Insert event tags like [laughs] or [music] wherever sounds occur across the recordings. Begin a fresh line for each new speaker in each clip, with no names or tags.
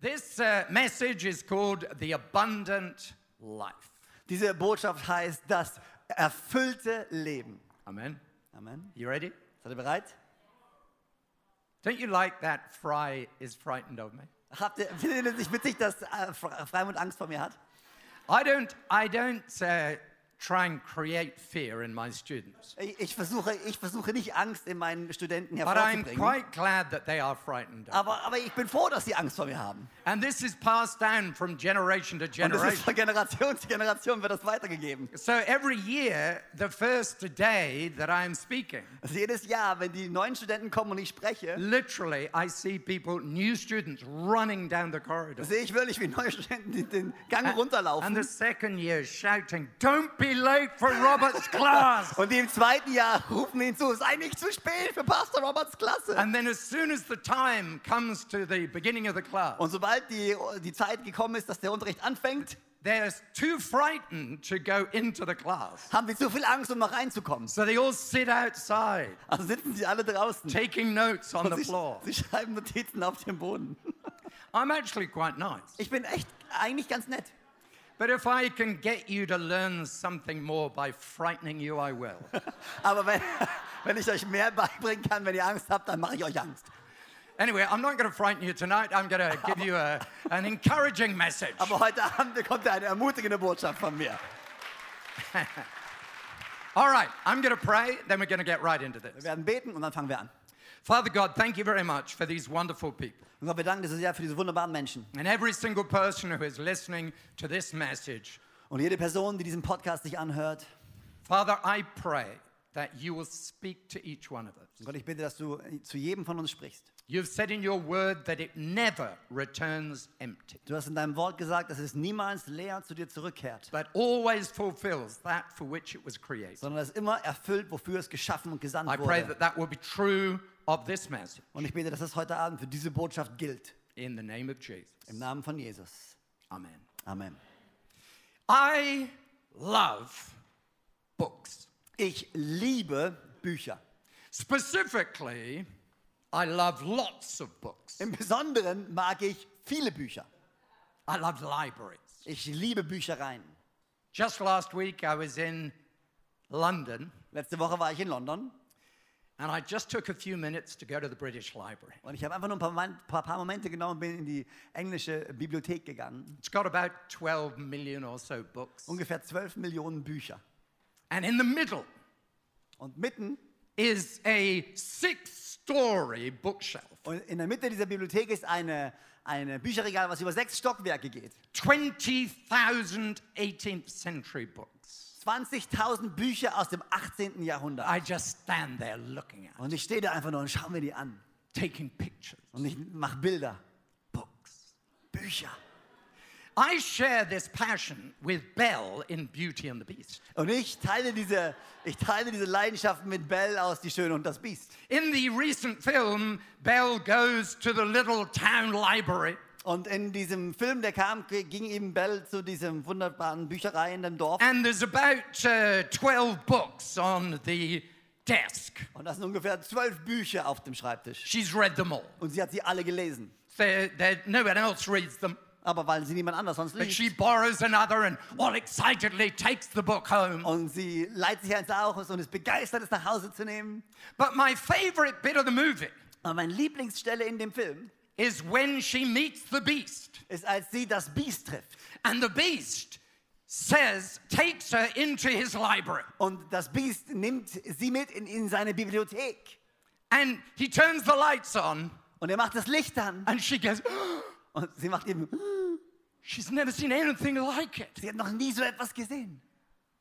This uh, message is called The Abundant Life.
Diese Botschaft heißt das erfüllte Leben.
Amen.
Amen.
You ready?
Seid ihr bereit?
Don't you like that Fry is frightened of me?
Habt ihr, findet ihr es nicht witzig, dass äh, Fre- Freimund Angst vor mir hat?
I don't, I don't uh, try and create fear in my students,
Ich, ich, versuche, ich versuche nicht Angst in meinen Studenten
but I'm
hervorzubringen.
quite glad that they are frightened of.
Aber, aber ich bin froh, dass sie Angst vor mir haben.
And this is passed down from generation to
Und das ist
generation.
von Generation zu Generation wird das weitergegeben.
So every year, the first day that I'm speaking,
Also jedes Jahr, wenn die neuen Studenten kommen und ich spreche,
literally I see people, new students, running down the corridor.
sehe ich wirklich, wie neue Studenten den- den Gang
And
runterlaufen.
the second year shouting, Don't be late for Robert's class.
Und die im zweiten Jahr rufen ihn zu, sei nicht zu spät für Pastor Roberts Klasse.
and then as soon as the time comes to the beginning of the class,
Und sobald die, die Zeit gekommen ist, dass der Unterricht anfängt,
they're too frightened to go into the class.
haben sie zu viel Angst, um noch reinzukommen.
So they all sit outside,
Also sitzen sie alle draußen.
taking notes on
Und
the
sie,
floor.
sie schreiben Notizen auf dem Boden.
I'm actually quite nice.
Ich bin echt eigentlich ganz nett.
But if I can get you to learn something more by frightening you, I will.
[laughs] Aber wenn, wenn ich euch mehr beibringen kann, wenn ihr Angst habt, dann mache ich euch Angst.
anyway, I'm not going to frighten you tonight. I'm going to give you a, an encouraging message.
Aber heute Abend bekommt ihr eine ermutigende Botschaft von mir.
All right, I'm going to pray, then we're going to get right into
Wir
this.
werden beten und dann fangen wir an.
Father God, thank you very much for these wonderful people.
Und Gott, wir danken dir so sehr für diese wunderbaren Menschen.
And every single person who is listening to this message,
Und jede Person, die diesen Podcast sich anhört,
Father, I pray that you will speak to each one of us.
Gott, ich bitte, dass du zu jedem von uns sprichst.
You've said in your word that it never returns empty,
Du hast in deinem Wort gesagt, dass es niemals leer zu dir zurückkehrt,
but always fulfills that for which it was created.
sondern dass es immer erfüllt, wofür es geschaffen und gesandt
I pray
wurde.
that that will be true of this message
Und ich bete, dass das heute Abend für diese Botschaft gilt.
in the name of Jesus.
Im Namen von Jesus.
Amen.
Amen.
I love books.
Ich liebe Bücher.
Specifically, I love lots of books.
Im Besonderen mag ich viele Bücher.
I love libraries.
Ich liebe Büchereien.
Just last week, I was in London
Letzte Woche war ich in London
and I just took a few minutes to go to the British Library.
und ich habe einfach nur ein paar, Momen- paar, paar Momente genommen und bin in die englische Bibliothek gegangen.
It's got about 12 million or so books.
Ungefähr 12 Millionen Bücher.
And in the middle
Und mitten
is a six story bookshelf,
und in der Mitte dieser Bibliothek ist eine, eine Bücherregal, was über sechs Stockwerke geht.
20,000 18th century books.
20.000 Bücher aus dem 18. Jahrhundert.
I just stand there looking at,
Und ich stehe da einfach nur und schaue mir die an.
taking pictures,
Und ich mache Bilder.
books.
Bücher.
I share this passion with Belle in Beauty and the Beast.
Und ich teile diese, ich teile diese Leidenschaft mit Belle aus Die Schöne und das Biest.
In the recent film, Belle goes to the little town library
Und in diesem Film, der kam, g- ging eben Belle zu diesem wunderbaren Bücherei in dem Dorf.
and there's about uh, 12 books on the desk.
Und das sind ungefähr zwölf Bücher auf dem Schreibtisch.
She's read them all.
Und sie hat sie alle gelesen.
They're, they're- no one else reads them,
Aber weil sie niemand anders sonst
but
liest.
she borrows another and all excitedly takes the book home.
Und sie leiht sich eins aus und ist begeistert, es nach Hause zu nehmen.
But my favorite bit of the movie
Aber meine Lieblingsstelle in dem Film
is when she meets the beast,
ist, als sie das Biest trifft.
and the beast says, takes her into his library.
Und das Biest nimmt sie mit in, in seine Bibliothek.
And he turns the lights on,
Und er macht das Licht an.
and she goes, [gasps] "Oh,
Und sie macht eben,
She's never seen anything like it.
sie hat noch nie so etwas gesehen.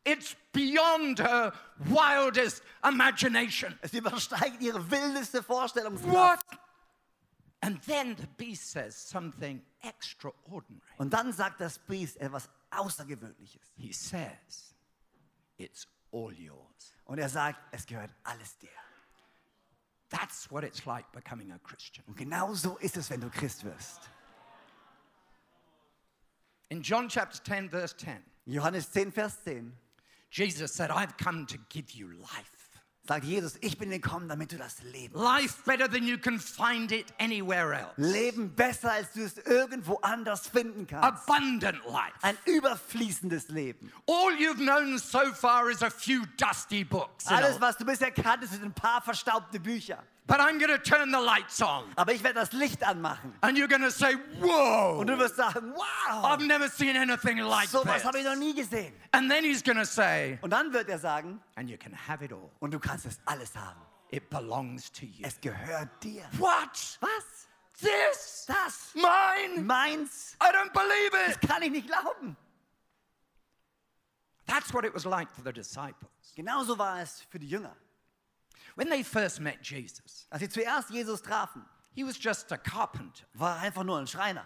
It's beyond her wildest imagination.
Es übersteigt ihre wildeste Vorstellungskraft.
What? And then the beast says something extraordinary.
Und dann sagt das Biest etwas Außergewöhnliches.
He says, It's all yours.
Und er sagt, es gehört alles dir.
That's what it's like becoming a Christian.
Und genau so ist es, wenn du Christ wirst.
In John chapter 10, verse 10,
Johannes 10, Vers 10.
Jesus said, I've come to give you life
sagt Jesus, ich bin gekommen, damit du das Leben.
Life better than you can find it anywhere else.
Leben besser, als du es irgendwo anders finden kannst.
Abundant life.
Ein überfließendes Leben.
All you've known so far is a few dusty books. and
Alles,
all.
was du bisher kanntest, sind ein paar verstaubte Bücher.
But I'm going to turn the lights on.
Aber ich werde das Licht anmachen.
And you're going to say, Whoa!
Und du wirst sagen, wow,
I've never seen anything like
sowas
this.
habe ich noch nie gesehen.
And then he's going to say,
Und dann wird er sagen,
And you can have it all.
und du kannst es alles haben.
It belongs to you.
Es gehört dir.
What?
Was?
This?
Das?
Mine?
Meins?
I don't believe it.
Das kann ich nicht glauben.
That's what it was like for the disciples.
Genauso war es für die Jünger.
When they first met Jesus,
Als sie zuerst Jesus trafen,
he was just a carpenter,
war er einfach nur ein Schreiner,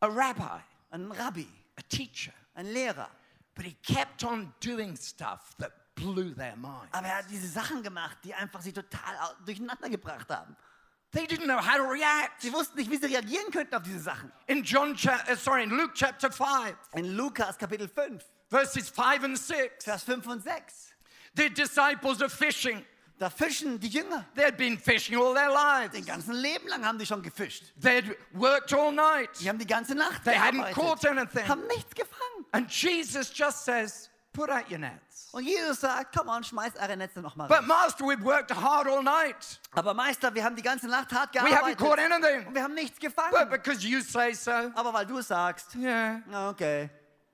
a rabbi,
ein Rabbi,
a teacher.
ein Lehrer.
But he kept on doing stuff that blew their mind.
Aber er hat diese Sachen gemacht, die einfach sie total au- durcheinander gebracht haben.
They didn't know how to react.
Sie wussten nicht, wie sie reagieren könnten auf diese Sachen.
In John, cha- uh, sorry, in Luke chapter 5,
In Lukas Kapitel 5,
verses 5 and 6,
Vers 5 und 6,
the disciples are fishing.
da fischen die Jünger.
They'd been fishing all their
Den
lives.
ganzen Leben lang haben die schon gefischt.
They'd worked all night.
Die haben die ganze Nacht
They hadn't
gearbeitet,
caught anything.
haben nichts gefangen.
And Jesus just says, put out your nets.
Und Jesus sagt, komm on, schmeiß eure Netze nochmal rein.
But master, we've worked hard all night.
Aber Meister, wir haben die ganze Nacht hart
We haven't
gearbeitet
caught
und
anything.
wir haben nichts
But
gefangen.
because you say so,
Aber weil du es sagst,
yeah,
na okay,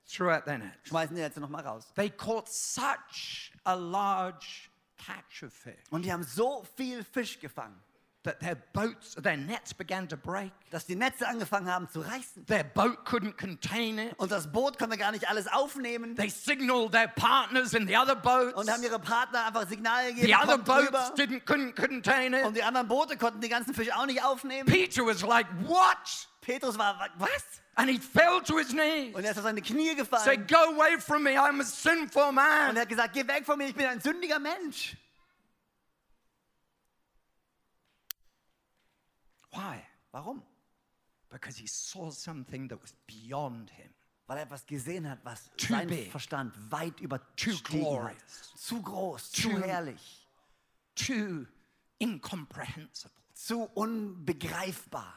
threw out their nets.
schmeißen die Netze nochmal raus.
They caught such a large catch of fish
Und die haben so viel Fisch gefangen,
that their boats, their nets began to break.
dass die Netze angefangen haben zu reißen.
Their boat couldn't contain it.
Und das Boot konnte gar nicht alles aufnehmen
They signaled their partners in the other boats.
und haben ihre Partner einfach Signale gegeben.
The other
kommt
boats
rüber.
didn't couldn't contain
Und
it.
die anderen Boote konnten den ganzen Fisch auch nicht aufnehmen.
Peter was like, "What?"
Petrus war, wa- was?
And he fell to his knees.
Und er ist auf seine Knie
Said,
gefallen.
"Go away from me! I'm a sinful
Und er
man."
hat gesagt, geh weg von mir, ich bin ein sündiger Mensch.
Why?
Warum?
Because he saw something that was beyond him.
Weil er etwas gesehen hat, was
Too
sein
big.
Verstand weit
Too
überstiegen hat.
glorious.
Zu groß, zu
Too-
herrlich,
Too incomprehensible.
zu unbegreifbar.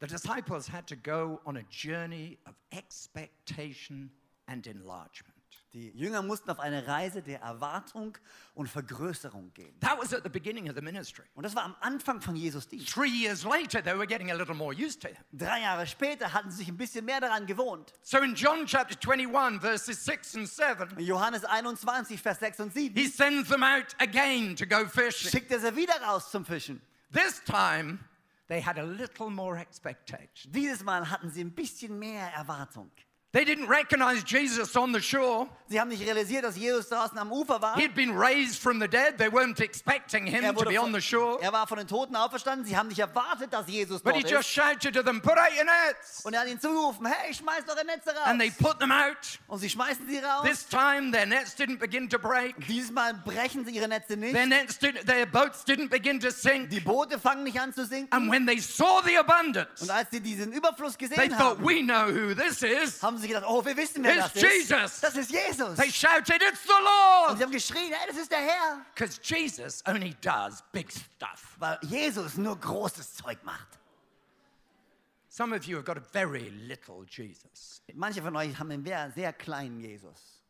The disciples had to go on a journey of expectation and enlargement.
Die Jünger mussten auf eine Reise der Erwartung und Vergrößerung gehen.
That was at the beginning of the ministry.
Und das war am Anfang von Jesus Dienst.
Three years later, they were getting a little more used to him.
Drei Jahre später hatten sie sich ein bisschen mehr daran gewohnt.
So in John chapter 21, verses 6 and 7,
In Johannes 21, Vers 6 und 7
he sends them out again to go fishing.
schickt er sie wieder raus zum Fischen.
This time, they had a little more expectation.
Dieses Mal hatten sie ein bisschen mehr Erwartung.
They didn't recognize Jesus on the shore.
Sie haben nicht realisiert, dass Jesus draußen am Ufer war.
He'd been raised from the dead. They weren't expecting him to be on
von,
the shore.
er war von den Toten auferstanden. Sie haben nicht erwartet, dass Jesus
But
dort
he just
ist.
shouted to them, Put out your nets!
Und er hat ihnen zugerufen, hey, schmeißt eure Netze
And they
raus.
put them out.
Und sie schmeißen sie raus.
This time their nets didn't begin to break.
Dieses Mal brechen sie ihre Netze nicht.
Their nets didn't, their boats didn't begin to sink.
Die Boote fangen nicht an zu sinken.
And when they saw the abundance,
Und als sie diesen Überfluss
they
gesehen
thought,
haben,
"We know who this is."
haben sie gedacht, oh, wir wissen, wer
It's
das
Jesus.
ist. Das ist Jesus.
They
Und
shouted, "It's the
sie
Lord!"
haben geschrien, hey, das ist der Herr.
Because Jesus only does big stuff.
Weil Jesus nur großes Zeug macht.
Some of you have got a very little Jesus.
Manche von euch haben einen sehr, sehr kleinen Jesus.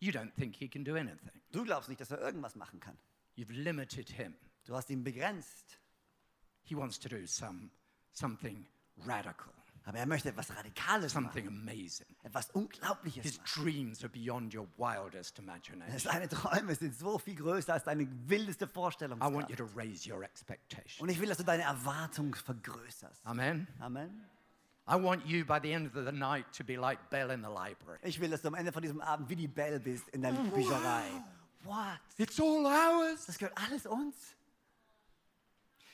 You don't think he can do anything.
Du glaubst nicht, dass er irgendwas machen kann.
You've limited him.
Du hast ihn begrenzt.
He wants to do some something radical,
Aber er möchte etwas Radikales machen.
something amazing.
Etwas Unglaubliches
His
machen.
dreams are beyond your wildest imagination.
[laughs] Seine Träume sind so viel größer als deine wildeste Vorstellung.
I want you to raise your expectation.
Und ich will, dass du deine Erwartung vergrößerst.
Amen.
Amen.
I want you by the end of the night to be like Bell in the library.
Ich will, dass du am Ende von diesem Abend wie die Belle bist in der Bücherei. What?
It's all ours.
Das gehört alles uns.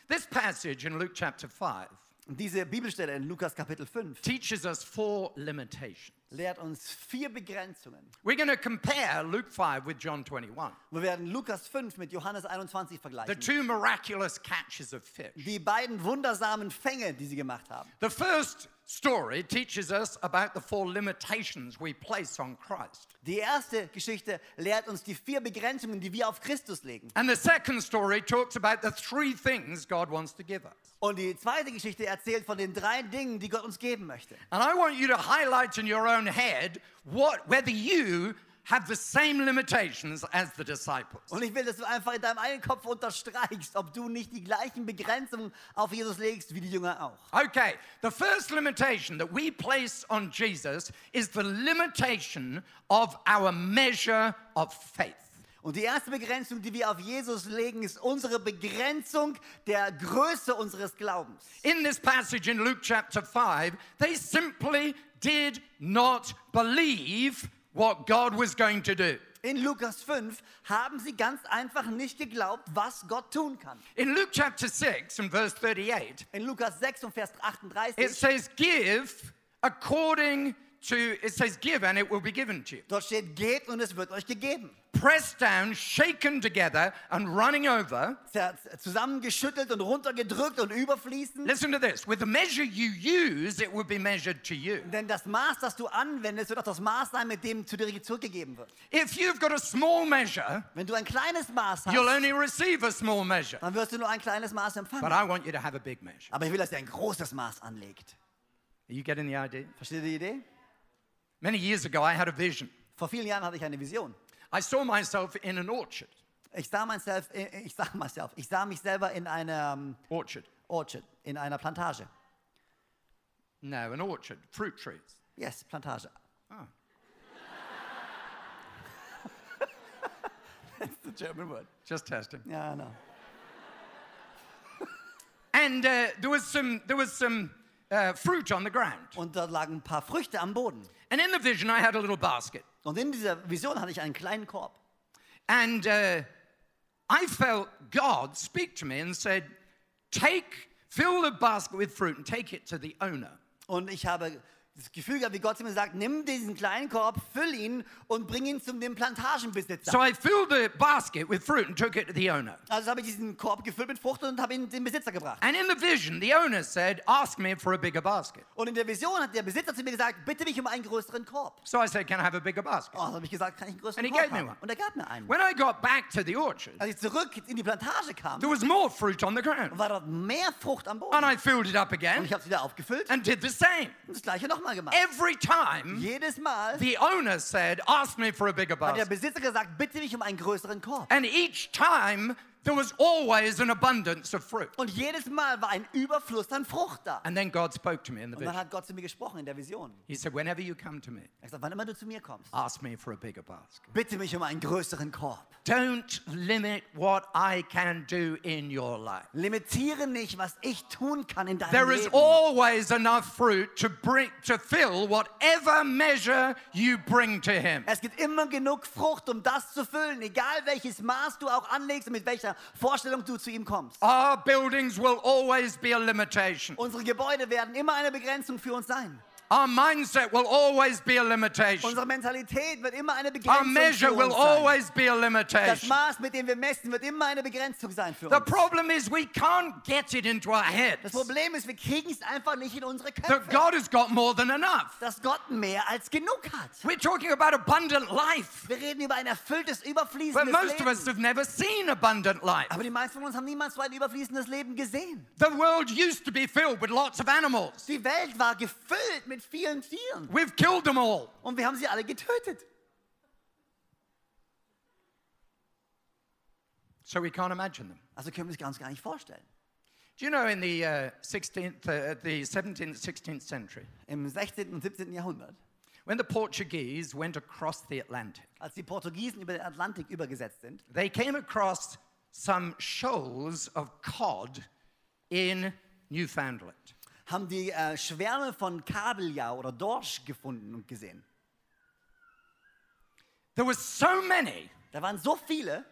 This passage in Luke chapter 5
Und diese Bibelstelle in Lukas Kapitel 5
teaches us four limitations.
lehrt uns vier Begrenzungen.
We're going to compare Luke 5 with John 21.
Wir werden Lukas 5 mit Johannes 21
The
vergleichen.
two miraculous catches of fish.
Die beiden wundersamen Fänge, die sie gemacht haben.
The first story teaches us about the four limitations we place on Christ.
Die erste Geschichte lehrt uns die vier Begrenzungen, die wir auf Christus legen.
And the second story talks about the three things God wants to give us.
Und die zweite Geschichte erzählt von den drei Dingen, die Gott uns geben möchte.
And I want you to highlight in your own head what whether you have the same limitations as the disciples.
Und ich will, dass du einfach in deinem eigenen Kopf unterstreichst, ob du nicht die gleichen Begrenzungen auf Jesus legst wie die Jünger auch.
Okay, the first limitation that we place on Jesus is the limitation of our measure of faith.
Und die erste Begrenzung, die wir auf Jesus legen, ist unsere Begrenzung der Größe unseres Glaubens.
In this passage in Luke chapter 5, they simply did not believe what God was going to do.
In Lukas 5 haben sie ganz einfach nicht geglaubt, was Gott tun kann.
In Luke chapter 6 and verse 38,
In Lukas 6 und Vers
it
38,
says, Give according to, it says, Give and it will be given to you.
dort steht, geht und es wird euch gegeben.
Pressed down, shaken together, and running over.
Zer- Zusammengeschüttelt und runtergedrückt und überfließen.
Listen to this. With the measure you use, it will be measured to you.
Denn das Maß, das du anwendest, wird auch das Maß sein, mit dem zu dir zurückgegeben wird.
If you've got a small measure,
Wenn du ein kleines Maß
you'll
hast,
only receive a small measure.
dann wirst du nur ein kleines Maß
But
empfangen.
I want you to have a big measure.
Aber ich will, dass ihr ein großes Maß anlegt.
Are you getting the idea?
Versteht ihr die Idee?
Many years ago, I had a vision.
Vor vielen Jahren hatte ich eine Vision.
I saw myself in an orchard.
Ich sah, myself, äh, ich, sah [laughs] myself, ich sah mich selber in einer ähm,
Orchard.
Orchard, in einer Plantage.
No, an orchard. Fruit trees.
Yes, Plantage.
Ah.
[laughs] That's the German word.
Just testing.
Ja, genau. no.
And uh, there was some, there was some uh, fruit on the ground.
Und dort lagen ein paar Früchte am Boden.
And in the vision, I had a little basket.
Und in dieser Vision hatte ich einen kleinen Korb.
And uh, I felt God speak to me and said, Take, fill the basket with fruit and take it to the owner.
Und ich habe das Gefühl gehabt, wie Gott zu mir sagt, nimm diesen kleinen Korb, füll ihn und bring ihn zum dem Plantagenbesitzer.
So I filled the basket with fruit and took it to the owner.
also habe ich diesen Korb gefüllt mit Frucht und habe ihn dem Besitzer gebracht.
And in the vision, the owner said, Ask me for a bigger basket.
Und in der Vision hat der Besitzer zu mir gesagt, bitte mich um einen größeren Korb.
So I said, Can I have a bigger basket?
Oh, dann habe ich gesagt, kann ich einen größeren
And he
Korb
gave me one.
haben? Und er gab mir einen.
When I got back to the orchard,
Als ich zurück in die Plantage kam,
there was more fruit on the ground.
war dort mehr Frucht am
And
Boden.
I filled it up
Und
again
ich habe sie wieder aufgefüllt und
and did the same.
das gleiche nochmal gemacht.
Every time,
Jedes Mal
the owner said, Ask me for a bigger
hat der
basket.
Besitzer gesagt, bitte mich um einen größeren Korb.
And each time, there was always an abundance of fruit.
Und jedes Mal war ein Überfluss an Frucht da.
And then God spoke to me in the
Und dann
vision.
hat Gott zu mir gesprochen in der Vision.
He said, Whenever you come to me,
Er hat gesagt, wann immer du zu mir kommst,
ask me for a bigger basket.
bitte mich um einen größeren Korb.
Don't limit what I can do in your life.
Limitiere nicht, was ich tun kann in deinem
There is
Leben.
always enough fruit to bring to fill whatever measure you bring to him.
es gibt immer genug Frucht, um das zu füllen, egal welches Maß du auch anlegst und mit welcher Vorstellung du zu ihm kommst.
Our buildings will always be a limitation.
Unsere Gebäude werden immer eine Begrenzung für uns sein.
Our mindset will always be a limitation.
Unsere Mentalität wird immer eine
Our
Begrenzung
measure
für
will
uns sein.
always be a
Das
limitation.
Maß, mit dem wir messen, wird immer eine Begrenzung sein für
The
uns.
problem is we can't get it into our
Das
heads
Problem ist, wir kriegen es einfach nicht in unsere
that
Köpfe,
God has got more than enough.
dass Gott mehr als genug hat.
We're talking about abundant life,
Wir reden über ein erfülltes,
but
überfließendes
most of
Leben.
us have never seen abundant life.
Aber die meisten von uns haben niemals so ein überfließendes Leben gesehen.
The world used to be filled with lots of animals.
Die Welt war gefüllt mit vielen Tieren
We've killed them all.
und wir haben sie alle getötet.
So we can't imagine them.
Also können wir es uns gar nicht vorstellen.
Do you know in the, uh, 16th, uh, the 17th, 16th century,
Im 16. und 17. Jahrhundert,
when the Portuguese went across the Atlantic,
als die Portugiesen über den Atlantik übergesetzt sind,
they came across some shoals of cod in Newfoundland.
haben die äh, Schwärme von Kabeljau oder Dorsch gefunden und gesehen.
There were so many,
Da waren so viele,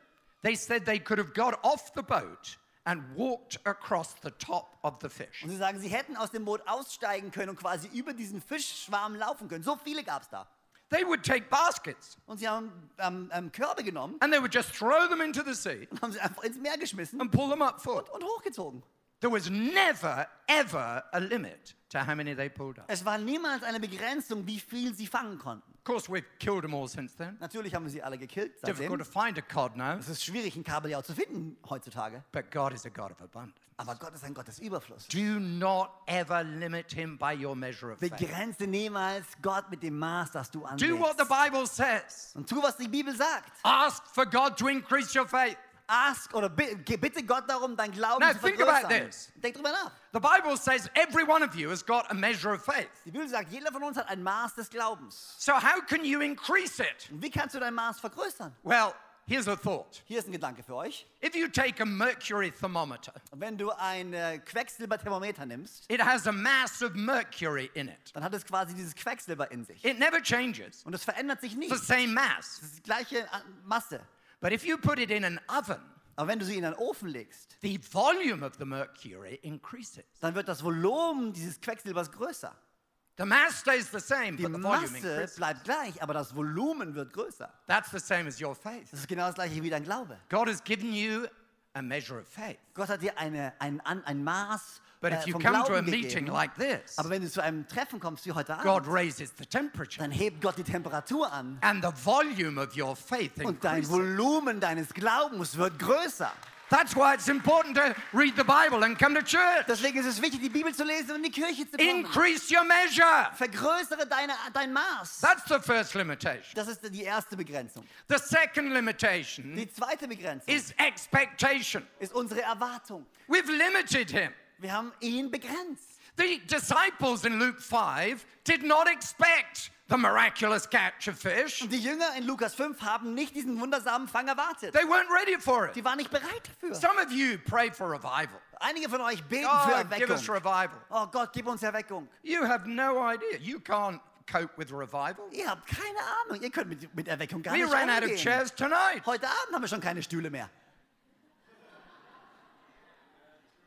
they said they could have got off the boat and walked across the top of the fish.
Und sie sagen, sie hätten aus dem Boot aussteigen können und quasi über diesen Fischschwarm laufen können. So viele gab es da.
They would take baskets
Und sie haben ähm, ähm, Körbe genommen
and they would just throw them into the sea
und haben sie einfach ins Meer geschmissen
and pull them up full.
und hochgezogen.
There was never, ever a limit to how many they pulled up.
Es war niemals eine Begrenzung, wie viel sie fangen konnten.
Of course, we've killed them all since then.
Natürlich haben wir sie alle gekillt.
Difficult
Seitdem.
to find a cod now,
Es ist schwierig, ein Kabeljau zu finden heutzutage.
but God is a God of abundance.
Aber Gott ist ein Gott des Überflusses.
Do not ever limit him by your measure of faith.
Begrenze niemals Gott mit dem Maß, das du
Do what the
anlegst.
Bible says.
Und tu, was die Bibel sagt.
Ask for God to increase your faith.
Ask oder bi- ge- bitte Gott darum, dein Glauben
Now,
zu
think
vergrößern.
about this.
Denk drüber nach.
The Bible says every one of you has got a measure of faith.
Die Bibel sagt, jeder von uns hat ein Maß des Glaubens.
So, how can you increase it?
Und wie kannst du dein Maß vergrößern?
Well, here's a thought.
Hier ist ein Gedanke für euch.
If you take a mercury thermometer,
Wenn du ein äh, Quecksilberthermometer nimmst,
it has a mass of mercury in it.
dann hat es quasi dieses Quecksilber in sich.
It never changes.
Und es verändert sich nicht.
It's the same mass.
Das ist die gleiche äh, Masse.
But if you put it in an oven,
Aber wenn du sie in einen Ofen legst,
the volume of the mercury increases.
dann wird das Volumen dieses Quecksilbers größer.
The mass stays the same,
Die
but the volume
Masse
increases.
bleibt gleich, aber das Volumen wird größer.
That's the same as your faith.
Das ist genau das gleiche wie dein Glaube.
God has given you a measure of faith.
Gott hat dir eine, ein, an- ein Maß
But
äh,
if you
vom
come to a
Glauben
meeting
gegeben.
like this,
Aber wenn du zu einem Treffen kommst wie heute
God
Abend,
raises the temperature
dann hebt Gott die Temperatur an
and the volume of your faith
und dein
increases.
Volumen deines Glaubens wird größer.
That's why it's important to read the Bible and come to church.
Deswegen ist es wichtig, die Bibel zu lesen und in die Kirche zu kommen.
Increase your measure.
Vergrößere deine, dein Maß.
That's the first limitation.
Das ist die erste Begrenzung.
The second limitation
Die zweite Begrenzung
is expectation.
ist unsere Erwartung.
We've limited him.
Wir haben ihn begrenzt.
The disciples in Luke 5 did not expect the miraculous catch of fish.
Und die Jünger in Lukas 5 haben nicht diesen wundersamen Fang erwartet.
They weren't ready for it.
Die waren nicht bereit dafür.
Some of you pray for revival.
Einige von euch beten für
God, give us
Erweckung.
revival.
Oh Gott, gib uns Erweckung.
You have no idea. You can't cope with revival.
Ihr habt keine Ahnung. Ihr könnt mit, mit Erweckung gar
We
nicht
ran out of
umgehen.
chairs tonight.
Heute Abend haben wir schon keine Stühle mehr.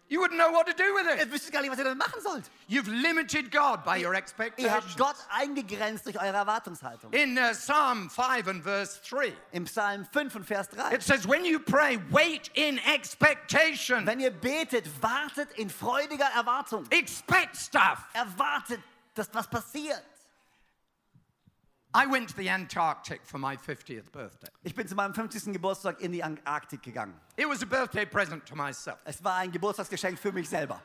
You wouldn't know what to do with it.
Ihr wisst gar nicht, was ihr damit machen sollt.
You've limited God by your
Ihr habt
expectations.
Gott eingegrenzt durch eure Erwartungshaltung.
In uh, Psalm 5 and verse 3,
Im Psalm 5 und Vers 3.
it says, When you pray, wait in expectation.
Wenn ihr betet, wartet in freudiger Erwartung.
Expect stuff.
Erwartet, dass was passiert.
I went to the Antarctic for my 50th birthday.
Ich bin zu meinem 50. Geburtstag in die Antarktik gegangen.
It was a birthday present to myself.
Es war ein Geburtstagsgeschenk für mich selber.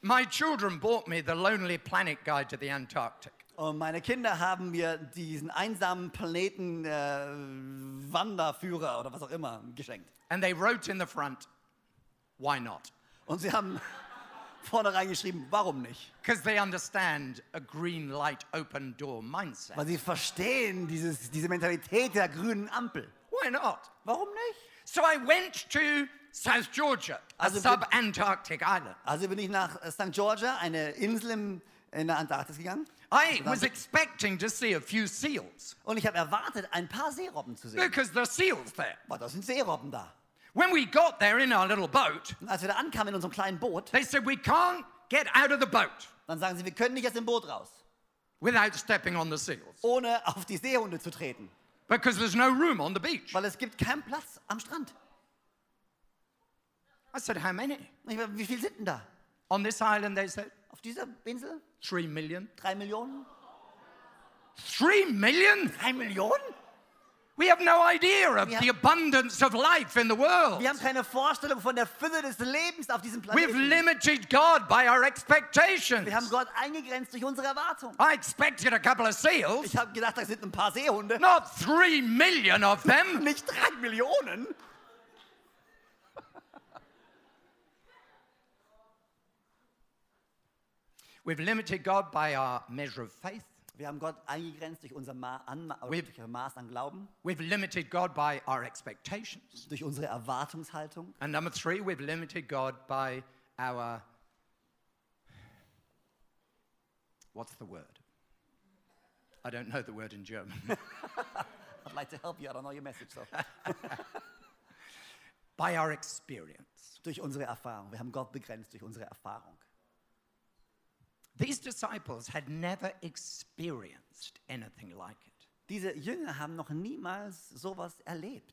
My children bought me the Lonely Planet Guide to the Antarctic.
Und meine Kinder haben mir diesen einsamen Planeten äh, Wanderführer oder was auch immer geschenkt.
And they wrote in the front, why not?
Und sie haben [laughs] vorne reingeschrieben, warum nicht?
Because they understand a green light, open door mindset.
Weil sie verstehen dieses, diese Mentalität der grünen Ampel.
Why not?
Warum nicht?
So I went to South Georgia, a
Also wir-
sub Antarctic island.
Also bin ich nach äh, St. Georgia, eine Insel im, in der Antarktis gegangen.
I
Antarktis.
was expecting to see a few seals
Und ich habe erwartet, ein paar Seerobben zu sehen.
because there are seals there.
Boah, da sind Seerobben da.
When we got there in our little boat,
Und als wir da ankamen in unserem kleinen Boot,
they said, We can't get out of the boat
dann sagen sie, wir können nicht aus dem Boot raus,
without stepping on the seals
ohne auf die Seehunde zu treten.
because there's no room on the beach.
Weil es gibt keinen Platz am Strand.
I said, How many?
Und Ich meine, wie viel sind denn da?
On this island, they said,
Auf dieser Insel?
Three million.
Drei Millionen?
Three million?
Drei Millionen?
We have no idea of
Wir-
the abundance of life in the world.
Wir haben keine Vorstellung von der Fülle des Lebens auf diesem
We've
Planeten.
limited God by our expectations.
Wir haben Gott eingegrenzt durch unsere Erwartung.
I expected a couple of seals,
Ich habe gedacht, da sind ein paar Seehunde.
not three million of them.
Nicht drei Millionen.
We've limited God by our measure of faith.
Wir haben Gott eingegrenzt durch unser Ma an Ma
Wir-
oder durch unser Maß an Glauben,
We've limited God by our expectations.
durch unsere Erwartungshaltung.
And number three, we've limited God by our. What's the word? I don't know the word in German.
would like to help you. I don't know your message. [laughs] So.
[laughs] by our experience.
durch unsere Erfahrung. Wir haben Gott begrenzt durch unsere Erfahrung.
These disciples had never experienced anything like it.
Diese Jünger haben noch niemals sowas erlebt.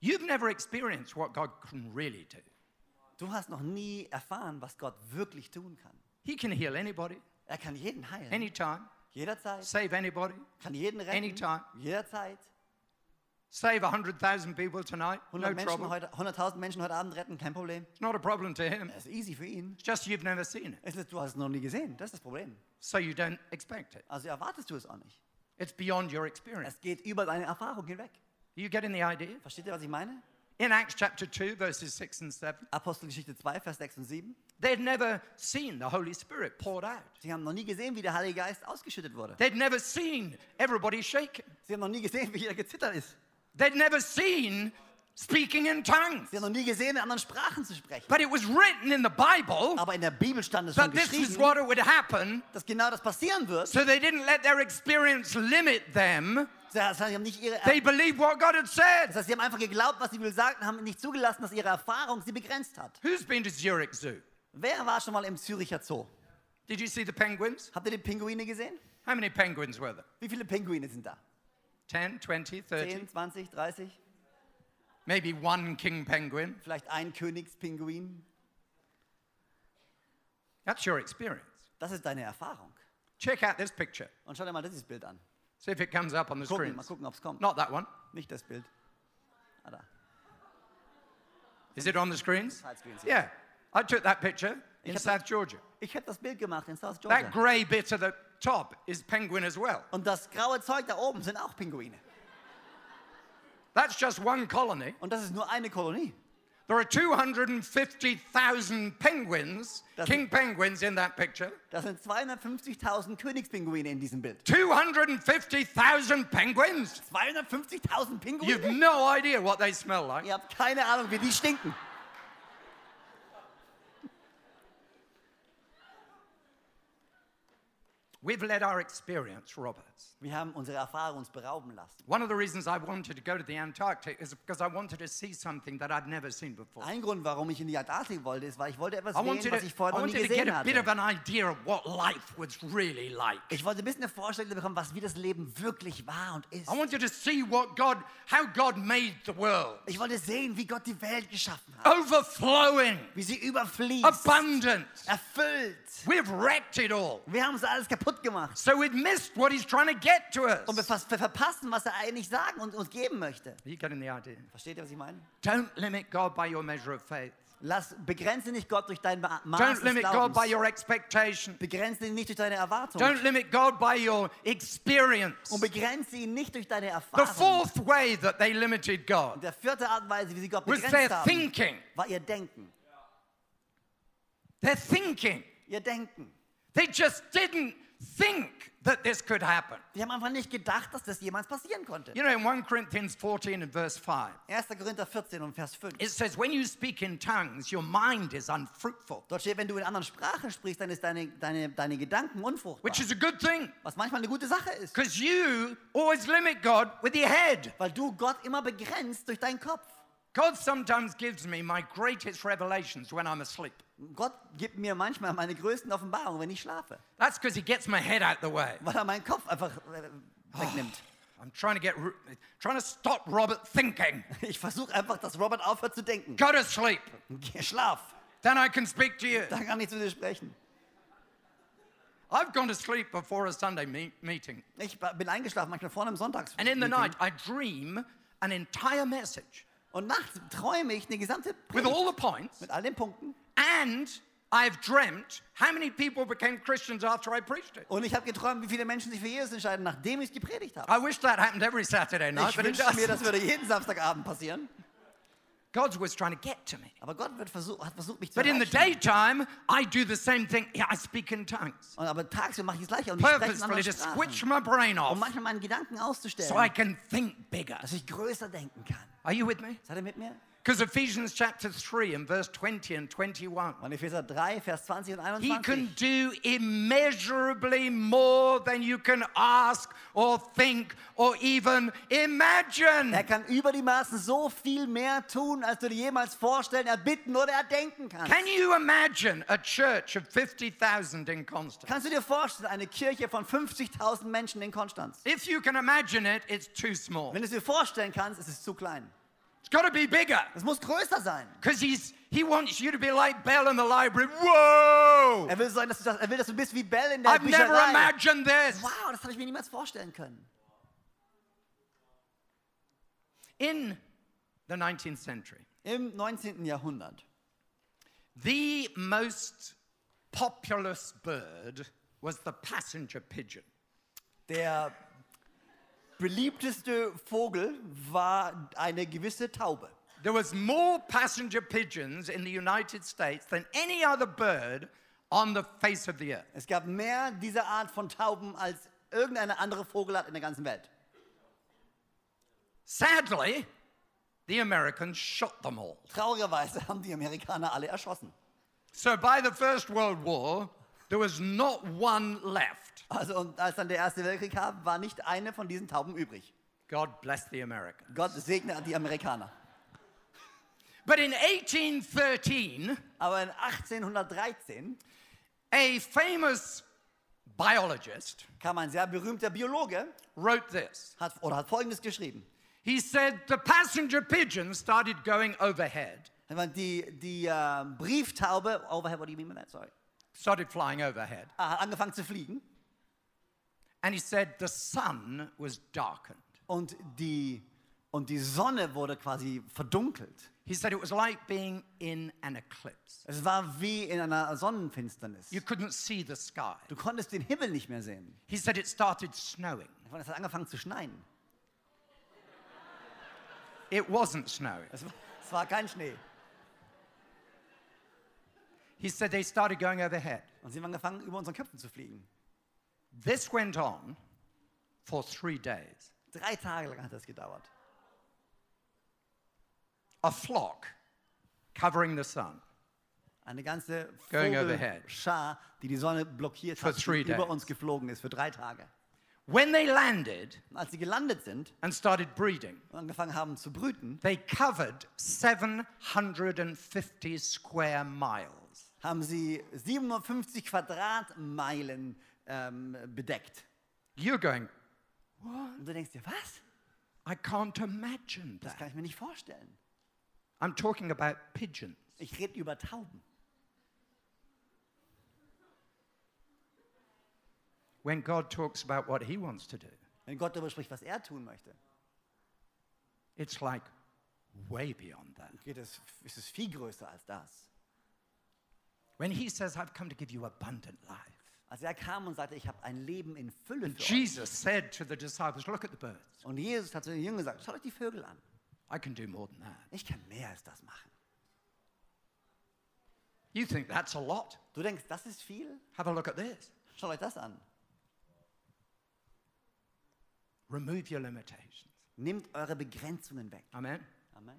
You've never experienced what God can really do.
Du hast noch nie erfahren, was Gott wirklich tun kann.
He can heal anybody,
Er kann jeden heilen.
anytime,
jederzeit.
save anybody,
Kann jeden retten.
Anytime.
Jederzeit.
save 100,000 people tonight,
100
no
Menschen
trouble.
heute, 100.000 Menschen heute Abend retten, kein Problem.
It's not a problem to him.
Das ist easy für ihn.
It's just you've never seen it,
Es ist, du hast es noch nie gesehen. Das ist das Problem.
so you don't expect it.
Also erwartest du es auch nicht.
It's beyond your experience.
Es geht über deine Erfahrung hinweg.
Are you getting the idea?
Versteht ihr, was ich meine?
In Acts chapter 2, verses 6 and 7,
Apostelgeschichte 2, Vers 6 und 7.
they'd never seen the Holy Spirit poured out.
Sie haben noch nie gesehen, wie der Heilige Geist ausgeschüttet wurde.
They'd never seen everybody shaken.
Sie haben noch nie gesehen, wie jeder gezittert ist.
They'd never seen speaking in tongues.
Sie haben noch nie gesehen, in anderen Sprachen zu sprechen.
But it was written in the Bible
Aber in der Bibel stand es schon
that this is
geschrieben,
what it would happen.
dass genau das passieren wird.
So they didn't let their experience limit them.
Das heißt, sie haben nicht ihre
They believed what God had said.
Das heißt, sie haben einfach geglaubt, was die Bibel sagt und haben nicht zugelassen, dass ihre Erfahrung sie begrenzt hat.
Who's been to Zurich Zoo?
Wer war schon mal im Züricher Zoo?
Did you see the penguins?
Habt ihr die Pinguine gesehen?
How many penguins were there?
Wie viele Pinguine sind da?
10, 20, 30?
10, 20, 30?
Maybe one king penguin.
Vielleicht ein Königspinguin?
That's your experience.
Das ist deine Erfahrung.
Check out this picture.
Und schau dir mal dieses Bild an.
See if it comes up on the
Gucken,
screen.
mal gucken, ob es kommt.
Not that one.
Nicht das Bild. Ah, da.
Is it on the screens?
Side screens, yeah.
Yeah. I took that picture in
hab-
South Georgia.
Ich hätte das Bild gemacht in South
That
Georgia.
gray bit at the top is penguin as well.
Und das graue Zeug da oben sind auch Pinguine.
That's just one colony.
Und das ist nur eine Kolonie.
There are 250,000 penguins,
That's-
king penguins in that picture.
Das sind 250.000 Königspinguine in diesem Bild.
250,000 penguins?
250.000
You've
Pinguine?
no idea what they smell like.
Ihr habt keine Ahnung, wie die stinken.
We've let our experience rob us.
Wir haben unsere Erfahrung uns berauben lassen.
One of the reasons I wanted to go to the Antarctic is because I wanted to see something that I'd never seen before.
Ein Grund, warum ich in die Antarktik wollte, ist, weil ich wollte etwas
I
sehen,
wanted,
was ich
to, I
vorher noch nie
wanted to get
gesehen
a bit of an
hatte.
idea of what life was really like.
Ich wollte ein bisschen eine Vorstellung bekommen, was wie das Leben wirklich war und ist.
I wanted to see what God, how God made the world.
Ich wollte sehen, wie Gott die Welt geschaffen hat,
Overflowing,
wie sie überfließt,
abundant.
erfüllt.
We've wrecked it all.
Wir haben es alles kaputt gemacht
So we've missed what he's trying to get to us.
und wir fast- wir verpassen, was er eigentlich sagen und uns geben möchte.
Are you getting the idea?
Versteht ihr, was ich meine?
Don't limit God by your measure of faith.
Lass, begrenze nicht Gott durch dein Ma- Maß
Don't
des
limit God by
Glaubens.
your expectation.
Begrenze ihn nicht durch deine Erwartungen.
Don't limit God by your experience.
Und begrenze ihn nicht durch deine
The
Erfahrung.
fourth way that they limited God
Der vierte Art und Weise, wie sie Gott
was their
begrenzt haben,
thinking.
war ihr Denken.
Their thinking.
Ihr Denken.
They just didn't think that this could happen.
Die haben einfach nicht gedacht, dass das jemals passieren konnte.
You know, in 1 Corinthians 14 and verse 5,
1. Korinther 14 und Vers 5.
it says, When you speak in tongues, your mind is unfruitful,
Dort steht, wenn du in anderen Sprachen sprichst, dann ist deine, deine, deine Gedanken unfruchtbar.
which is a good thing
Was manchmal eine gute Sache ist.
because you always limit God with your head.
Weil du Gott immer begrenzt durch deinen Kopf.
God sometimes gives me my greatest revelations when I'm asleep.
Gott gibt mir manchmal meine größten Offenbarungen, wenn ich schlafe.
That's because he gets my head out the way.
Weil er meinen Kopf einfach äh, wegnimmt.
I'm trying to get, ru- trying to stop Robert thinking.
Ich versuche einfach, dass Robert aufhört zu denken.
Go to sleep.
Geh, Schlaf.
Then I can speak to you.
Da kann ich zu dir sprechen.
I've gone to sleep before a Sunday me- meeting,
Ich ba- bin eingeschlafen, manchmal vorne im Sonntags.
and in the night I dream an entire message
Und nachts träume ich eine gesamte
with
Predigt
all the points,
mit all den Punkten.
and I've dreamt how many people became Christians after I preached it.
Und ich habe geträumt, wie viele Menschen sich für Jesus entscheiden, nachdem ich es gepredigt habe.
I wish that happened every Saturday night,
Ich
but it
wünschte mir, das
doesn't.
würde jeden Samstagabend passieren.
God's was trying to get to me.
Aber Gott wird versuch, hat versucht, mich zu
But in the
erreichen.
daytime, I do the same thing. Yeah, I speak in tongues.
Und aber tagsüber mache ich es gleich. Und ich spreche in
Purposefully
anderen
to switch
Sprachen,
my brain
um
off
manchmal meinen Gedanken auszustellen,
so I can think bigger.
dass ich größer denken kann.
Are you with me?
Seid ihr mit mir?
Because Ephesians chapter 3 and verse 20 and 21.
Und Epheser 3, Vers 20 und
He can
21.
do immeasurably more than you can ask or think or even imagine.
Er kann über die Maßen so viel mehr tun, als du dir jemals vorstellen, erbitten oder erdenken kannst.
Can you imagine a church of 50,000 in Constance?
Kannst du dir vorstellen, eine Kirche von 50.000 Menschen in Konstanz?
If you can imagine it, it's too small.
Wenn du es dir vorstellen kannst, ist es zu klein.
It's got to be bigger
Es muss größer sein.
because he's he wants you to be like Bell in the library. Whoa!
Er will, sein, dass du, das- er will, dass du bist wie Bell in der
I've never
Bücherei.
imagined this.
Wow, das habe ich mir niemals vorstellen können.
In the 19th century,
Im 19. Jahrhundert
the most populous bird was the passenger pigeon.
Der beliebteste Vogel war eine gewisse Taube.
There was more passenger pigeons in the United States than any other bird on the face of the earth.
Es gab mehr dieser Art von Tauben als irgendeine andere Vogelart in der ganzen Welt.
Sadly, the Americans shot them all.
Traurigerweise [laughs] haben die Amerikaner alle erschossen.
So by the First World War, there was not one left.
Also und als dann der Erste Weltkrieg kam, war nicht eine von diesen Tauben übrig.
God bless the Americans.
Gott segne die Amerikaner.
But in 1813,
Aber in 1813
a famous biologist
kam ein sehr berühmter Biologe
wrote this.
hat, oder hat Folgendes geschrieben.
He said the passenger pigeons started going overhead,
Er meint, Die, die äh, Brieftaube, overhead, what do you mean by that? Sorry.
started flying overhead.
Ah, Hat angefangen zu fliegen.
And he said the sun was darkened.
Und die, und die Sonne wurde quasi verdunkelt.
He said it was like being in an eclipse.
Es war wie in einer Sonnenfinsternis.
You couldn't see the sky.
Du konntest den Himmel nicht mehr sehen.
He said it started snowing.
Es hat angefangen zu schneien.
It wasn't snowing.
Es war, es war kein Schnee.
He said they started going overhead.
Und sie haben angefangen, über unseren Köpfen zu fliegen.
This went on for three days.
Drei Tage lang hat das gedauert.
A flock covering the sun.
Eine ganze
Going overhead.
Vogelschar, die die Sonne blockiert
For
hat, die
three
über
days.
uns geflogen ist, für drei Tage.
When they landed
Und als sie gelandet sind
and started breeding,
und angefangen haben zu brüten,
they covered 750 square miles.
haben sie 750 Quadratmeilen ähm, bedeckt.
You're going,
Und du denkst dir, was?
I can't imagine
Das
that.
kann ich mir nicht vorstellen.
I'm talking about pigeons.
Ich rede über Tauben.
When God talks about what he wants to do,
Wenn Gott darüber spricht, was er tun möchte,
it's like way beyond that.
geht es, ist es viel größer als das.
When he says, I've come to give you abundant life,
Als er kam und sagte, ich habe ein Leben in Fülle für euch.
Jesus said to the disciples, Look at the birds.
Und Jesus hat zu den Jüngern gesagt, schaut euch die Vögel an.
I can do more than that.
Ich kann mehr als das machen.
You think that's a lot?
Du denkst, das ist viel?
Have a look at this.
Schaut euch das an.
Remove your limitations.
Nehmt eure Begrenzungen weg.
Amen.
Amen.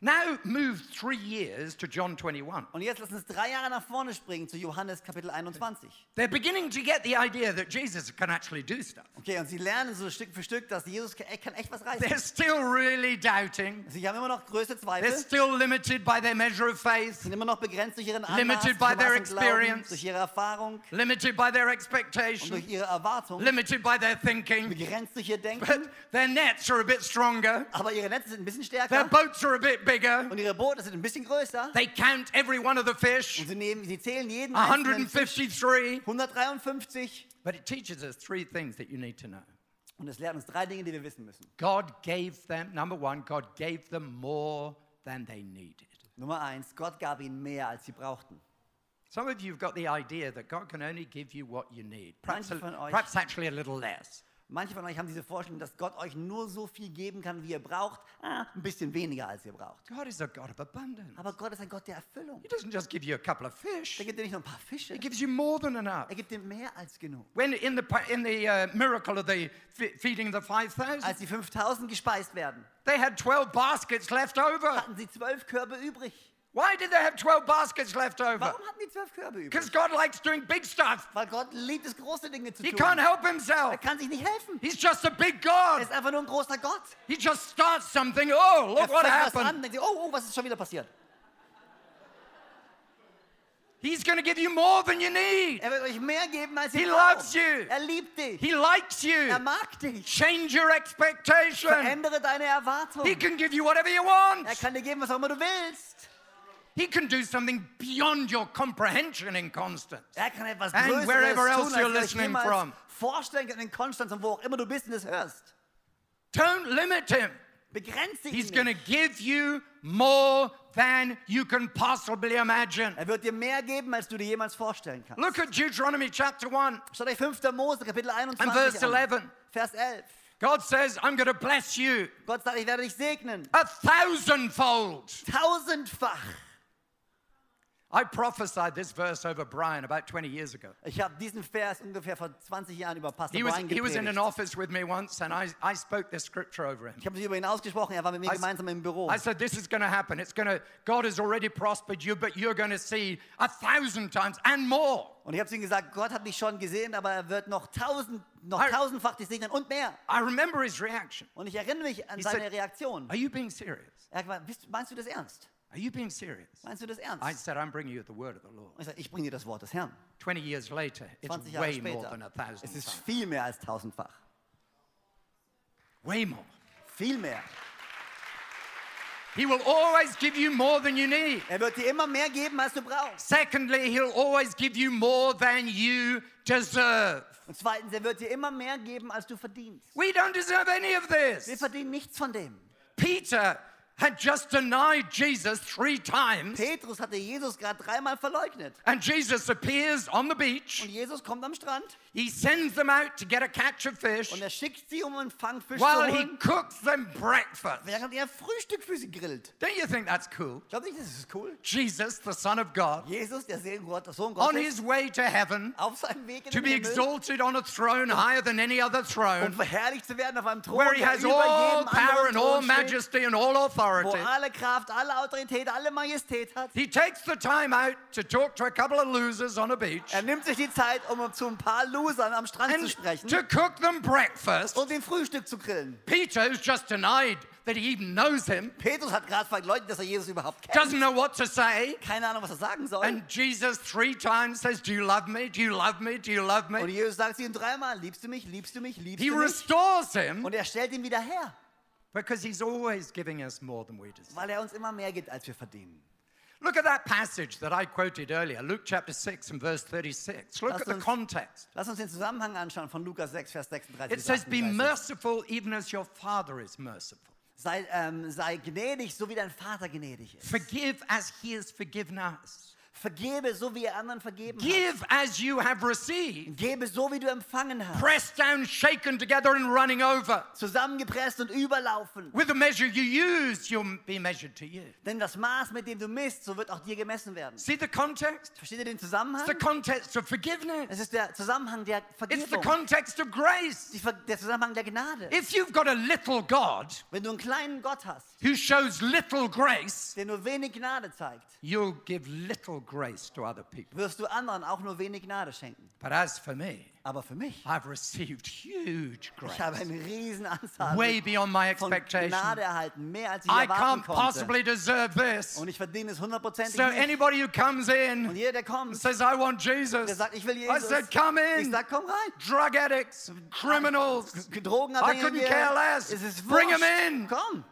Now move three years to John 21.
Und jetzt lass uns drei Jahre nach vorne springen zu Johannes Kapitel 21.
They're beginning to get the idea that Jesus can actually do stuff.
Okay, und sie lernen so Stück für Stück, dass Jesus kann, er kann echt was reißen.
They're still really doubting.
Sie haben immer noch größte
They're
Zweifel.
still limited by their measure of faith,
sind immer noch begrenzt durch ihren
Limited
Anmaß, durch
by
was
their
sie glauben,
experience.
durch ihre Erfahrung
limited by their
und
expectation,
durch ihre Erwartung,
limited by their thinking.
begrenzt durch ihr Denken,
But their nets are a bit stronger,
aber ihre Netze sind ein bisschen
their
stärker
boats are a bit bigger.
und ihre Boote sind ein bisschen größer
They count every one of the fish,
und sie, nehmen, sie zählen jeden einzelnen Fisch.
153.
153
But it teaches us three things that you need to know.
und es lernt uns drei Dinge, die wir wissen müssen.
God gave them, number one, God gave them more than they needed.
Nummer eins, Gott gab ihnen mehr, als sie brauchten.
Some of you have got the idea that God can only give you what you need, perhaps,
Manche von euch-
perhaps actually a little less.
Manche von euch haben diese Vorstellung, dass Gott euch nur so viel geben kann, wie ihr braucht, ah, ein bisschen weniger, als ihr braucht.
God is a God of abundance.
Aber Gott ist ein Gott der Erfüllung.
He doesn't just give you a couple of fish,
Er gibt dir nicht nur ein paar Fische,
He gives you more than enough.
er gibt dir mehr als genug.
When in the, pa- in the uh, miracle of the fe- feeding the 5,000,
Als die 5000 gespeist werden,
they had 12 baskets left over.
hatten sie zwölf Körbe übrig.
Why did they have 12 baskets left over?
Warum hatten die zwölf Körbe übrig?
Because God likes doing big stuff.
Weil Gott liebt es, große Dinge zu
He can't
tun.
help
Er
himself.
kann sich nicht helfen.
He's just a big
Er
God.
ist einfach nur ein großer Gott.
He just starts something. Oh,
Er
look what
fängt was an,
happened.
denkt sich, oh, oh, was ist schon wieder passiert?
He's going to give you more than you need.
Er wird euch mehr geben, als ihr
He
braucht.
loves you.
Er liebt dich.
He likes you.
Er mag dich.
Change your expectation.
Verändere deine Erwartung.
He
Er
can give you whatever you want.
kann dir geben, was auch immer du willst.
He can do something beyond your comprehension in Constance.
Er kann etwas
And
Größeres
wherever else
tun,
you're
als du dir
listening
jemals
from.
vorstellen kannst in Konstanz und wo auch immer du bist und es hörst.
Don't limit him.
Begrenze ihn
He's
nicht.
going to give you more than you can possibly imagine.
Er wird dir mehr geben, als du dir jemals vorstellen kannst.
Look at Deuteronomy chapter 1
Schaut euch 5. Mose, Kapitel 21
and verse
an.
11.
Vers 11.
God says, I'm going to bless you
Gott sagt, ich werde dich segnen.
a thousandfold.
Tausendfach.
I prophesied this verse over Brian about 20 years ago.
Ich habe diesen Vers ungefähr vor 20 Jahren über Pastor
He was,
Brian
he was in an
gepredigt.
office with me once and I, I spoke this scripture over him.
Ich habe sie über ihn ausgesprochen, er war mit mir
I s-
gemeinsam im Büro.
I said, This is going to happen. It's going to, God has already prospered you, but you're going to see a thousand times and more.
Und ich habe zu ihm gesagt, Gott hat mich schon gesehen, aber er wird noch tausend, noch
I-
tausendfach dich segnen und mehr.
I remember his reaction.
Und ich erinnere mich an
He
seine
said-
Reaktion.
Are you being serious?
Er hat gemeint, "Bist- meinst du das ernst?
Are you being serious?
Meinst du das ernst?
I
Und
said, I'm bringing you the word of the Lord.
ich sage, ich bringe dir das Wort des Herrn.
20 years later, it's
20 Jahre
way more than a
später.
thousand
Es ist
times.
viel mehr als tausendfach.
Way more.
Viel mehr.
He will always give you more than you need.
Er wird dir immer mehr geben, als du brauchst.
Secondly, he'll always give you more than you deserve.
Und zweitens, er wird dir immer mehr geben, als du verdienst.
We don't deserve any of
Wir
this.
verdienen nichts von dem.
Peter had just denied Jesus three times,
Petrus hatte Jesus gerade dreimal verleugnet.
and Jesus appears on the
Und
beach.
Jesus kommt am Strand
He sends them out to get a catch of fish
und er schickt sie, um einen Fangfisch zu
while he
holen,
cooks them breakfast.
während er Frühstück für sie grillt.
Don't you think that's cool?
Glaubt nicht, das ist cool?
Jesus, the Son of God,
Jesus, der Seelengott, der Sohn
on
Gottes,
his way to heaven
auf seinem Weg in
to
den
be
Himmel,
exalted on a throne higher than any other
um
throne,
verherrlicht zu werden auf einem Thron,
where he
der
has
über
all
jedem
power
anderen
and all
Thron steht,
majesty and all
wo
authority.
alle Kraft, alle Autorität, alle Majestät hat.
He takes the time out to talk to a couple of losers on a beach
Er nimmt sich die Zeit, um zu ein paar Losern am Strand zu
and
sprechen
to cook them breakfast.
und den Frühstück zu grillen.
Peter, who's just denied that he even knows him,
Petrus hat gerade verleugnet, dass er Jesus überhaupt kennt.
doesn't know what to say.
Keine Ahnung, was er sagen soll.
And Jesus three times says, Do you love me? Do you love me? Do you love
und
me?
Jesus sagt zu ihm dreimal, liebst du mich, liebst du mich, liebst
He
du mich?
restores him
Und er stellt ihn wieder her,
because he's always giving us more than we deserve.
weil er uns immer mehr gibt, als wir verdienen.
Look at that passage that I quoted earlier, Luke chapter 6 and verse 36. Look
Lass
at the
uns-
context.
Lass uns den Zusammenhang anschauen von Lukas 6, Vers 36
It
bis
says, Be
38.
merciful even as your Father is merciful.
Sei, ähm, sei gnädig, so wie dein Vater gnädig ist.
Forgive as he has forgiven us.
Vergebe, so wie er anderen vergeben hat.
Give as you have received,
Gebe, so wie du empfangen hast.
pressed down, shaken together, and running over.
Zusammengepresst und überlaufend.
With the measure you use, you'll be measured to you.
Denn das Maß, mit dem du misst, so wird auch dir gemessen werden.
See the context?
Versteht ihr den
It's the
Zusammenhang?
context of forgiveness,
Es ist der Zusammenhang der
it's the
Vergebung.
context of grace.
Die Ver der Zusammenhang der Gnade.
If you've got a little God
Wenn du einen kleinen Gott hast,
who shows little grace,
der nur wenig Gnade zeigt,
you'll give little grace to other people.
wirst du anderen auch nur wenig Gnade schenken.
But as for me,
Aber für mich,
I've received huge
ich habe
grace,
eine riesen Anzahl
way beyond my
von
expectation.
Gnade erhalten, mehr als ich
I
erwarten
can't
konnte.
possibly deserve this.
Und ich verdiene es hundertprozentig
So
nicht.
anybody who comes
Und
in
jeder, der
and
kommt,
says, I want
der
Jesus,
sagt, ich will
I
Jesus.
said, come
Ich
in.
sag, komm rein.
Drug addicts, criminals. I
Drogenabhängige.
couldn't care less.
Es ist
Bring 'em
wurscht.
in.
Komm.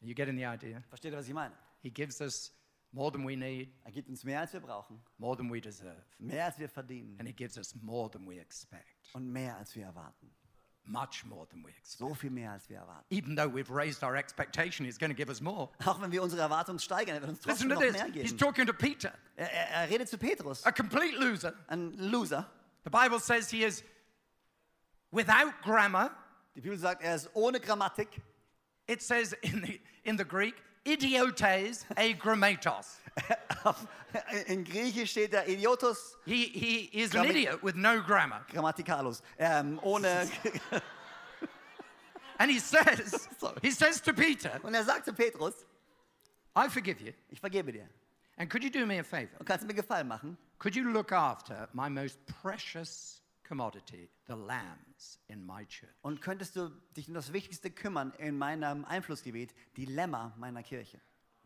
You getting the idea?
Versteht ihr, was ich meine?
He gives us more than we need,
Er gibt uns mehr, als wir brauchen.
more than we deserve,
Mehr, als wir verdienen.
and He gives us more than we expect.
Und mehr, als wir erwarten.
much more than we expect.
So viel mehr, als wir erwarten.
Even though we've raised our expectation, he's going to give us more.
Auch wenn wir unsere Erwartungen steigern, er wird uns
Listen
trotzdem
to
noch
this.
mehr
He's
geben.
talking to Peter,
Er, er, er redet zu Petrus,
a complete loser.
ein Loser.
The Bible says he is without grammar.
Die Bibel sagt, er ist ohne Grammatik. [laughs]
It says in the, in the Greek, idiotes e agrammatos.
Auf- In Griechisch steht da Idiotus
He, he is an
Grammi-
idiot with no grammar.
grammaticalis. Ähm, ohne.
And he says,
Sorry.
he says to Peter,
[laughs] Und er sagt zu Petrus,
I forgive you.
ich vergebe dir.
And could you do me a favor?
Und kannst du mir Gefallen machen?
Could you look after my most precious commodity, the lambs in my church?
Und könntest du dich um das Wichtigste kümmern in meinem Einflussgebiet, die Lämmer meiner Kirche?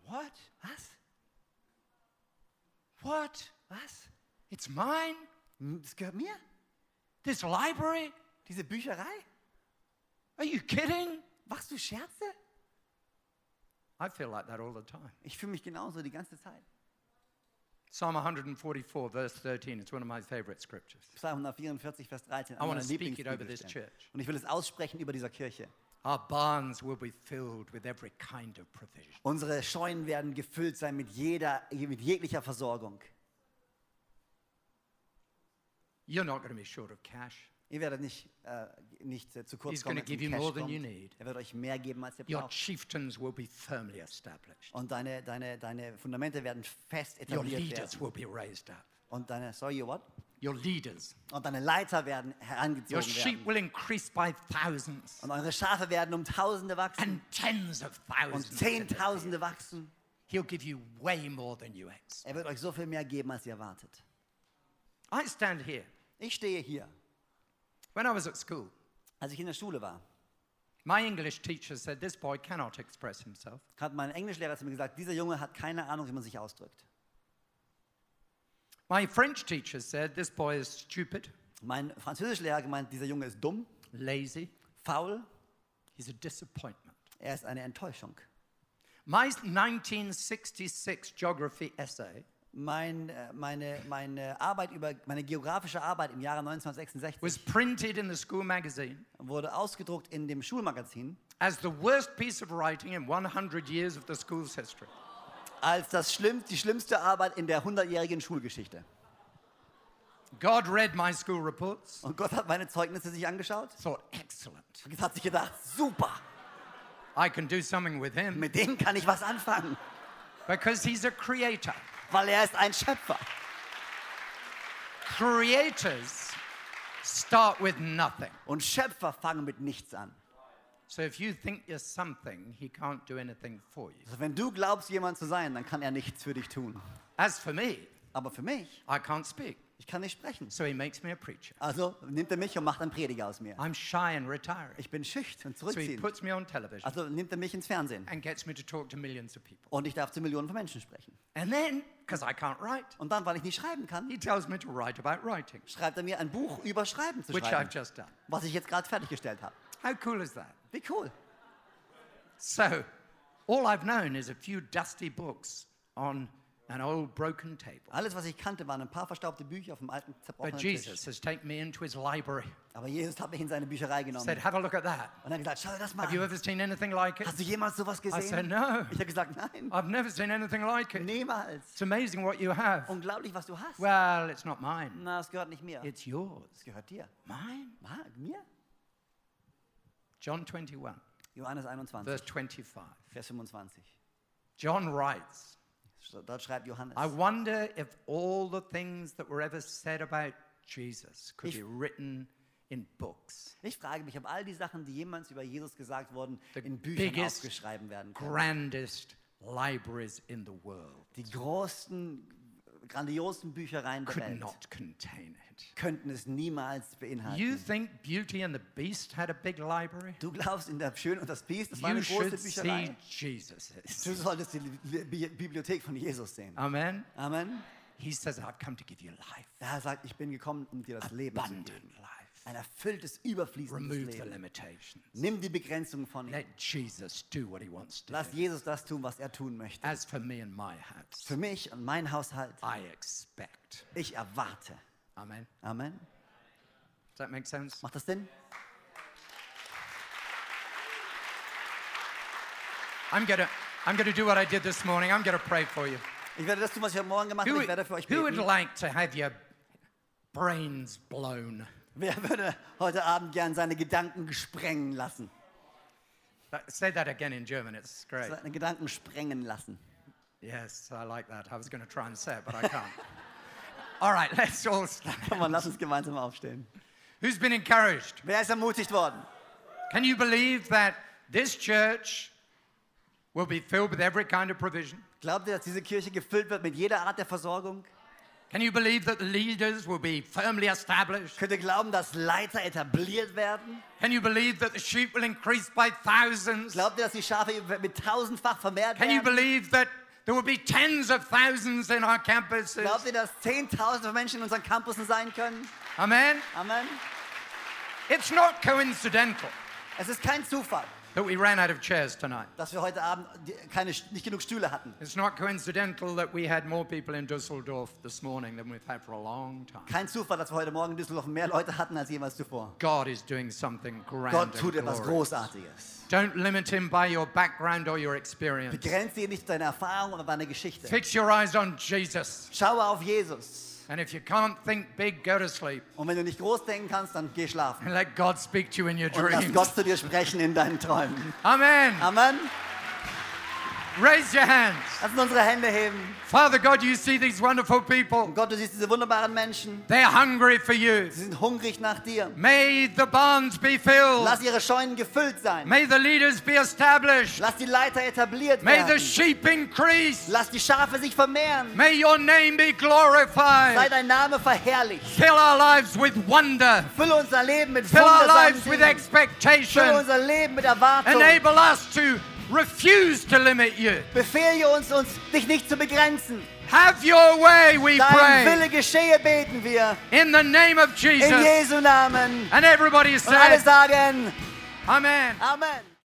What?
Was?
What?
Was?
It's mine?
Hm, Das gehört mir?
This library?
Diese Bücherei?
Are you kidding?
Machst du Scherze?
I feel like that all the time.
Ich fühle mich genauso die ganze Zeit.
Psalm 144, verse 13. It's one of my favorite scriptures.
Psalm 144, Vers 13.
I
einer
wanna
meiner
speak it over this
Lieblingsbibelstellen.
church.
Und ich will es aussprechen über dieser Kirche.
Our barns will be filled with every kind of provision.
Unsere Scheunen werden gefüllt sein mit, jeder, mit jeglicher Versorgung.
You're not going to be short of cash.
Ihr werdet nicht, äh, nicht äh, zu kurz
He's
kommen.
gonna
wenn es um
give you
Cash
more than
kommt.
you need.
Er wird euch mehr geben, als ihr
Your
braucht.
chieftains will be firmly established.
Und deine, deine, deine Fundamente werden fest
Your
etabliert
leaders
werden.
will be raised up.
Und deine, sorry, you what?
Your leaders.
Und deine Leiter werden
Your
herangezogen
sheep
werden.
will increase by thousands
Und eure Schafe werden um Tausende wachsen.
and tens of
Und
thousands.
Zehntausende wachsen.
He'll give you way more than you expect.
Er wird euch so viel mehr geben, als ihr erwartet.
I stand here.
Ich stehe hier.
When I was at school,
Als ich in der Schule war,
my English teacher said, This boy cannot express himself.
hat mein Englischlehrer zu mir gesagt, dieser Junge hat keine Ahnung, wie man sich ausdrückt.
My French teacher said, This boy is stupid,
Mein Französischlehrer hat gemeint, dieser Junge ist dumm,
lazy,
faul,
he's a disappointment.
er ist eine Enttäuschung.
My 1966 geography essay
Mein, äh, meine, meine Arbeit über meine geografische Arbeit im Jahre
was
1966
printed in the school magazine
wurde ausgedruckt in dem Schulmagazin
as the worst piece of writing in 100 years of the school's history.
als das schlimm, die schlimmste Arbeit in der 100-jährigen Schulgeschichte.
God read my school reports,
Und Gott hat meine Zeugnisse sich angeschaut
thought, Excellent,
und hat sich gedacht, super,
I can do something with him
mit dem kann ich was anfangen,
because he's a creator.
weil er ist ein Schöpfer.
Creators start with nothing.
Und Schöpfer fangen mit nichts an.
So if you think you're something, he can't do anything for you.
Also wenn du glaubst, jemand zu sein, dann kann er nichts für dich tun.
As for me,
Aber für mich,
I can't speak,
ich kann nicht sprechen.
so he makes me a preacher.
Also nimmt er mich und macht einen Prediger aus mir.
I'm shy and retiring,
Ich bin schüchtern und
so he
zurückziehend.
puts me on television
Also nimmt er mich ins Fernsehen.
and gets me to talk to millions of people.
Und ich darf zu Millionen von Menschen sprechen.
And then, because I can't write,
Und dann, weil ich nicht schreiben kann,
he tells me to write about writing,
schreibt er mir ein Buch über Schreiben zu
which I've
schreiben,
just done.
was ich jetzt gerade fertiggestellt habe.
How cool is that?
Wie cool.
So, all I've known is a few dusty books on an old broken table.
Alles, was ich kannte, waren ein paar verstaubte Bücher auf dem alten
But
zerbrochenen Tisch.
Jesus has taken me into his library,
Aber Jesus hat mich in seine Bücherei genommen
said, Have a look at that.
und hat gesagt, schau dir das mal
Have you
an.
ever seen anything like it?
Hast du jemals sowas
I
gesehen?
said, No.
Ich habe gesagt, nein,
I've never seen anything like it.
niemals.
It's amazing what you have.
Unglaublich, was du hast.
Well, it's not mine.
Na, es gehört nicht mir.
It's yours.
Es gehört dir.
Mine?
Ma, mir?
John 21,
Johannes 21,
verse 25.
Vers 25.
John writes,
So, Dort schreibt Johannes.
I wonder if all the things that were ever said about Jesus could
Ich-
be written in books.
Ich frage mich, ob all die Sachen, die jemals über Jesus gesagt wurden,
The
in Büchern
biggest
aufgeschrieben werden können.
Grandest libraries in the world
Die großen, grandiosen Büchereien der
could
Welt
not contain it.
könnten es niemals
You
beinhalten.
think Beauty and the Beast had a big library?
Du glaubst in der Schön und das Biest, das war
You
eine große
should see
Bücherei. Du
Jesus's.
solltest die Li- Bi- Bibliothek von Jesus sehen.
Amen.
Amen.
He says, I've come to give you life.
Da sagt, ich bin gekommen, um dir das Leben zu geben.
abundant life.
Ein erfülltes, überfließendes
Remove the
Leben.
limitations.
Nimm die Begrenzung von ihm.
Let Jesus do what he wants to
Lass
do.
Jesus das tun, was er tun möchte.
As for me and my house,
Für mich und mein Haushalt,
I expect.
ich erwarte.
Amen.
Amen.
Does that make sense?
Macht das Sinn?
I'm gonna, I'm gonna do what I did this morning. I'm gonna pray for you.
Ich werde das tun, was ich heute Morgen gemacht habe.
Who,
Ich werde für euch
who would
beten.
like to have your brains blown?
Wer würde heute Abend gern seine Gedanken sprengen lassen?
That- say that again in German. It's great.
Seine Gedanken sprengen lassen.
Yes, I like that. I was going to try and say it, but I can't. [laughs] all right, let's all stand.
Komm mal, lass uns gemeinsam aufstehen.
Who's been encouraged?
Wer ist ermutigt worden?
Can you believe that this church will be filled with every kind of provision?
Glaubt ihr, dass diese Kirche gefüllt wird mit jeder Art der Versorgung?
Can you believe that the leaders will be firmly established?
Könnt ihr glauben, dass Leiter etabliert werden?
Can you believe that the sheep will increase by thousands?
Glaubt ihr, dass die Schafe mit tausendfach vermehrt
Can you
werden?
believe that there will be tens of thousands in our campuses?
Glaubt ihr, dass Zehntausende von Menschen in unseren Campussen sein können?
Amen.
Amen.
It's not coincidental
Es ist kein Zufall,
that we ran out of chairs tonight.
dass wir heute Abend die- keine, nicht genug Stühle hatten.
It's not coincidental that we had more people in Dusseldorf this morning than we've had for a long time.
Kein Zufall, dass wir heute Morgen in Düsseldorf mehr Leute hatten als jemals zuvor.
God is doing something grand.
Gott
and
tut etwas
glorious.
Großartiges.
Don't limit him by your background or your experience.
Begrenze ihn nicht deine Erfahrung, aber deine Geschichte.
Fix your eyes on Jesus.
Schaue auf Jesus.
And if you can't think big, go to sleep
Und wenn du nicht groß denken kannst, dann geh schlafen.
and let God speak to you in your
Und lass
dreams.
Gott zu dir sprechen in deinen Träumen.
Amen.
Amen.
Raise your hands.
Lass uns unsere Hände heben.
Father God, you see these wonderful people.
Gott, du siehst diese wunderbaren Menschen.
They're hungry for you.
Sie sind hungrig nach dir.
May the barns be filled.
Lass ihre Scheunen gefüllt sein.
May the leaders be established.
Lass die Leiter etabliert
May the
werden.
sheep increase.
Lass die Schafe sich vermehren.
May your name be
Sei
glorified.
dein Name verherrlicht.
Fill our lives with wonder.
Fülle unser Leben mit
Fill our lives with
Wundersamen. Fülle
expectation.
unser Leben mit Erwartung.
Enable us to refuse to limit you.
Befehle uns, uns dich nicht zu begrenzen.
Have your way, we
Dein
pray.
Wille geschehe, beten wir.
In the name of
In
Jesus.
Jesu Namen.
And everybody
Und alle
said,
sagen
Amen.
Amen.